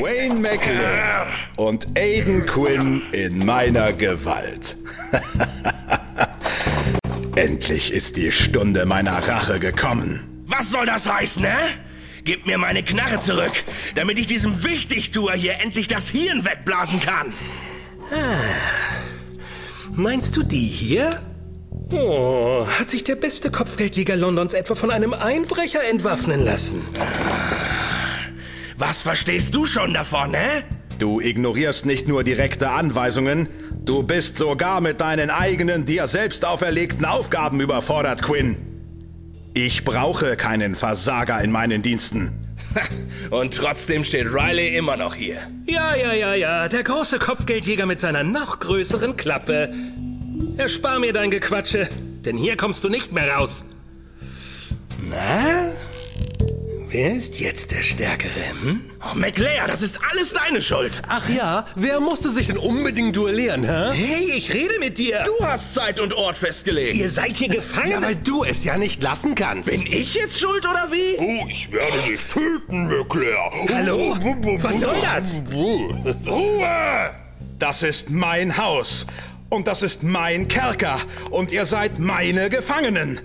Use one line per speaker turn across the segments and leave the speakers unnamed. Wayne McLean und Aiden Quinn in meiner Gewalt. Endlich ist die Stunde meiner Rache gekommen.
Was soll das heißen, hä? Gib mir meine Knarre zurück, damit ich diesem Wichtigtuer hier endlich das Hirn wegblasen kann.
Ah. Meinst du die hier? Oh, hat sich der beste Kopfgeldjäger Londons etwa von einem Einbrecher entwaffnen lassen?
Was verstehst du schon davon, hä?
Du ignorierst nicht nur direkte Anweisungen, du bist sogar mit deinen eigenen dir selbst auferlegten Aufgaben überfordert, Quinn. Ich brauche keinen Versager in meinen Diensten.
Und trotzdem steht Riley immer noch hier.
Ja, ja, ja, ja, der große Kopfgeldjäger mit seiner noch größeren Klappe. Erspar mir dein Gequatsche, denn hier kommst du nicht mehr raus.
Na?
Wer ist jetzt der Stärkere? Hm?
Oh, McLear, das ist alles deine Schuld.
Ach ja, wer musste sich denn unbedingt duellieren, hä?
Hey, ich rede mit dir.
Du hast Zeit und Ort festgelegt.
ihr seid hier gefangen.
Ja, weil du es ja nicht lassen kannst.
Bin ich jetzt schuld oder wie?
Oh, ich werde dich töten, Leclerc.
Hallo? Was soll das?
Ruhe!
Das ist mein Haus und das ist mein Kerker und ihr seid meine Gefangenen.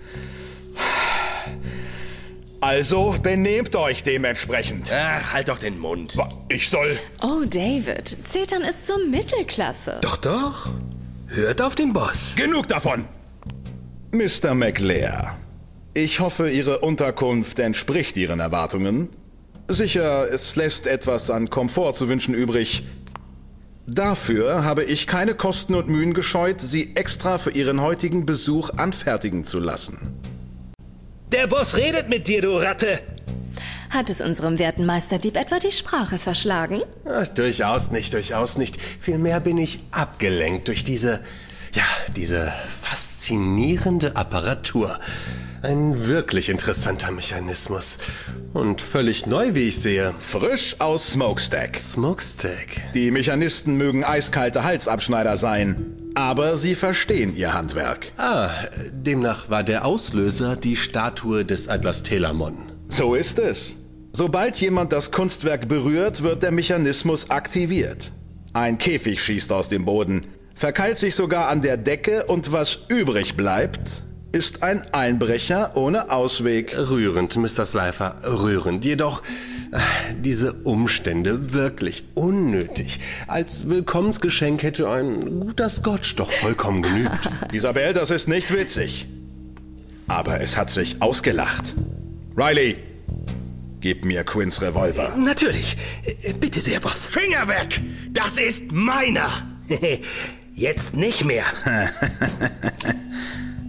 Also benehmt euch dementsprechend.
Ach, halt doch den Mund.
Ich soll...
Oh, David, Zetern ist so Mittelklasse.
Doch, doch. Hört auf den Boss.
Genug davon! Mr. McLear, ich hoffe, Ihre Unterkunft entspricht Ihren Erwartungen. Sicher, es lässt etwas an Komfort zu wünschen übrig. Dafür habe ich keine Kosten und Mühen gescheut, Sie extra für Ihren heutigen Besuch anfertigen zu lassen.
Der Boss redet mit dir, du Ratte.
Hat es unserem werten Meisterdieb etwa die Sprache verschlagen?
Ach, durchaus nicht, durchaus nicht. Vielmehr bin ich abgelenkt durch diese, ja, diese faszinierende Apparatur. Ein wirklich interessanter Mechanismus. Und völlig neu, wie ich sehe.
Frisch aus Smokestack.
Smokestack.
Die Mechanisten mögen eiskalte Halsabschneider sein, aber sie verstehen ihr Handwerk.
Ah, demnach war der Auslöser die Statue des Atlas Telamon.
So ist es. Sobald jemand das Kunstwerk berührt, wird der Mechanismus aktiviert. Ein Käfig schießt aus dem Boden, verkeilt sich sogar an der Decke und was übrig bleibt, ist ein Einbrecher ohne Ausweg.
Rührend, Mr. Slifer, rührend. Jedoch ah, diese Umstände wirklich unnötig. Als Willkommensgeschenk hätte ein guter Scotch doch vollkommen genügt.
Isabel, das ist nicht witzig. Aber es hat sich ausgelacht. Riley, gib mir Quinns Revolver.
Natürlich. Äh, Bitte sehr, Boss.
Finger weg! Das ist meiner!
Jetzt nicht mehr.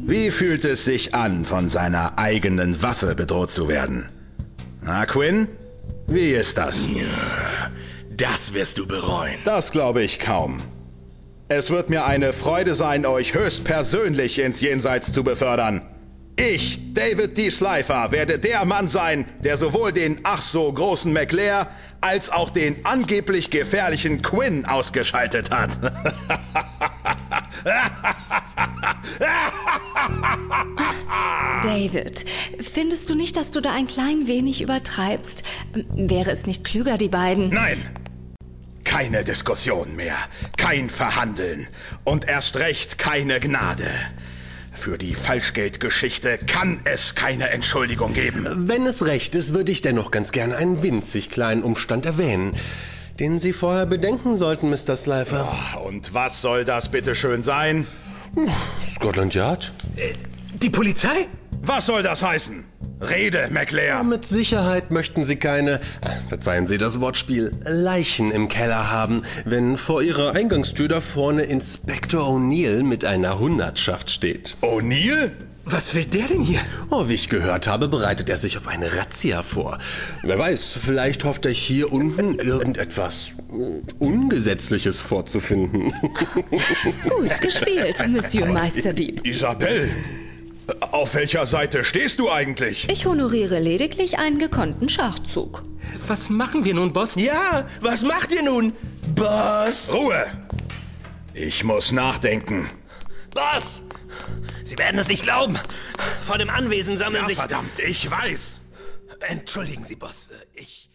Wie fühlt es sich an, von seiner eigenen Waffe bedroht zu werden? Na, Quinn? Wie ist das?
Das wirst du bereuen.
Das glaube ich kaum. Es wird mir eine Freude sein, euch höchstpersönlich ins Jenseits zu befördern. Ich, David D. Slifer, werde der Mann sein, der sowohl den ach so großen McLear als auch den angeblich gefährlichen Quinn ausgeschaltet hat.
David, findest du nicht, dass du da ein klein wenig übertreibst? Ähm, Wäre es nicht klüger, die beiden?
Nein! Keine Diskussion mehr, kein Verhandeln und erst recht keine Gnade. Für die Falschgeldgeschichte kann es keine Entschuldigung geben.
Wenn es recht ist, würde ich dennoch ganz gerne einen winzig kleinen Umstand erwähnen, den Sie vorher bedenken sollten, Mr. Slifer.
Und was soll das bitte schön sein?
Scotland Yard?
Die Polizei?
Was soll das heißen? Rede, McLear.
Mit Sicherheit möchten Sie keine, äh, verzeihen Sie das Wortspiel, Leichen im Keller haben, wenn vor Ihrer Eingangstür da vorne Inspektor O'Neill mit einer Hundertschaft steht.
O'Neill?
Was will der denn hier?
Oh, wie ich gehört habe, bereitet er sich auf eine Razzia vor. Wer weiß, vielleicht hofft er hier unten irgendetwas äh, Ungesetzliches vorzufinden.
Gut gespielt, Monsieur Meisterdieb.
Isabel, auf welcher Seite stehst du eigentlich?
Ich honoriere lediglich einen gekonnten Schachzug.
Was machen wir nun, Boss?
Ja, was macht ihr nun? Boss!
Ruhe! Ich muss nachdenken.
Boss! Sie werden es nicht glauben. Vor dem Anwesen sammeln
Ja,
sich...
verdammt, ich weiß.
Entschuldigen Sie, Boss. äh, Ich...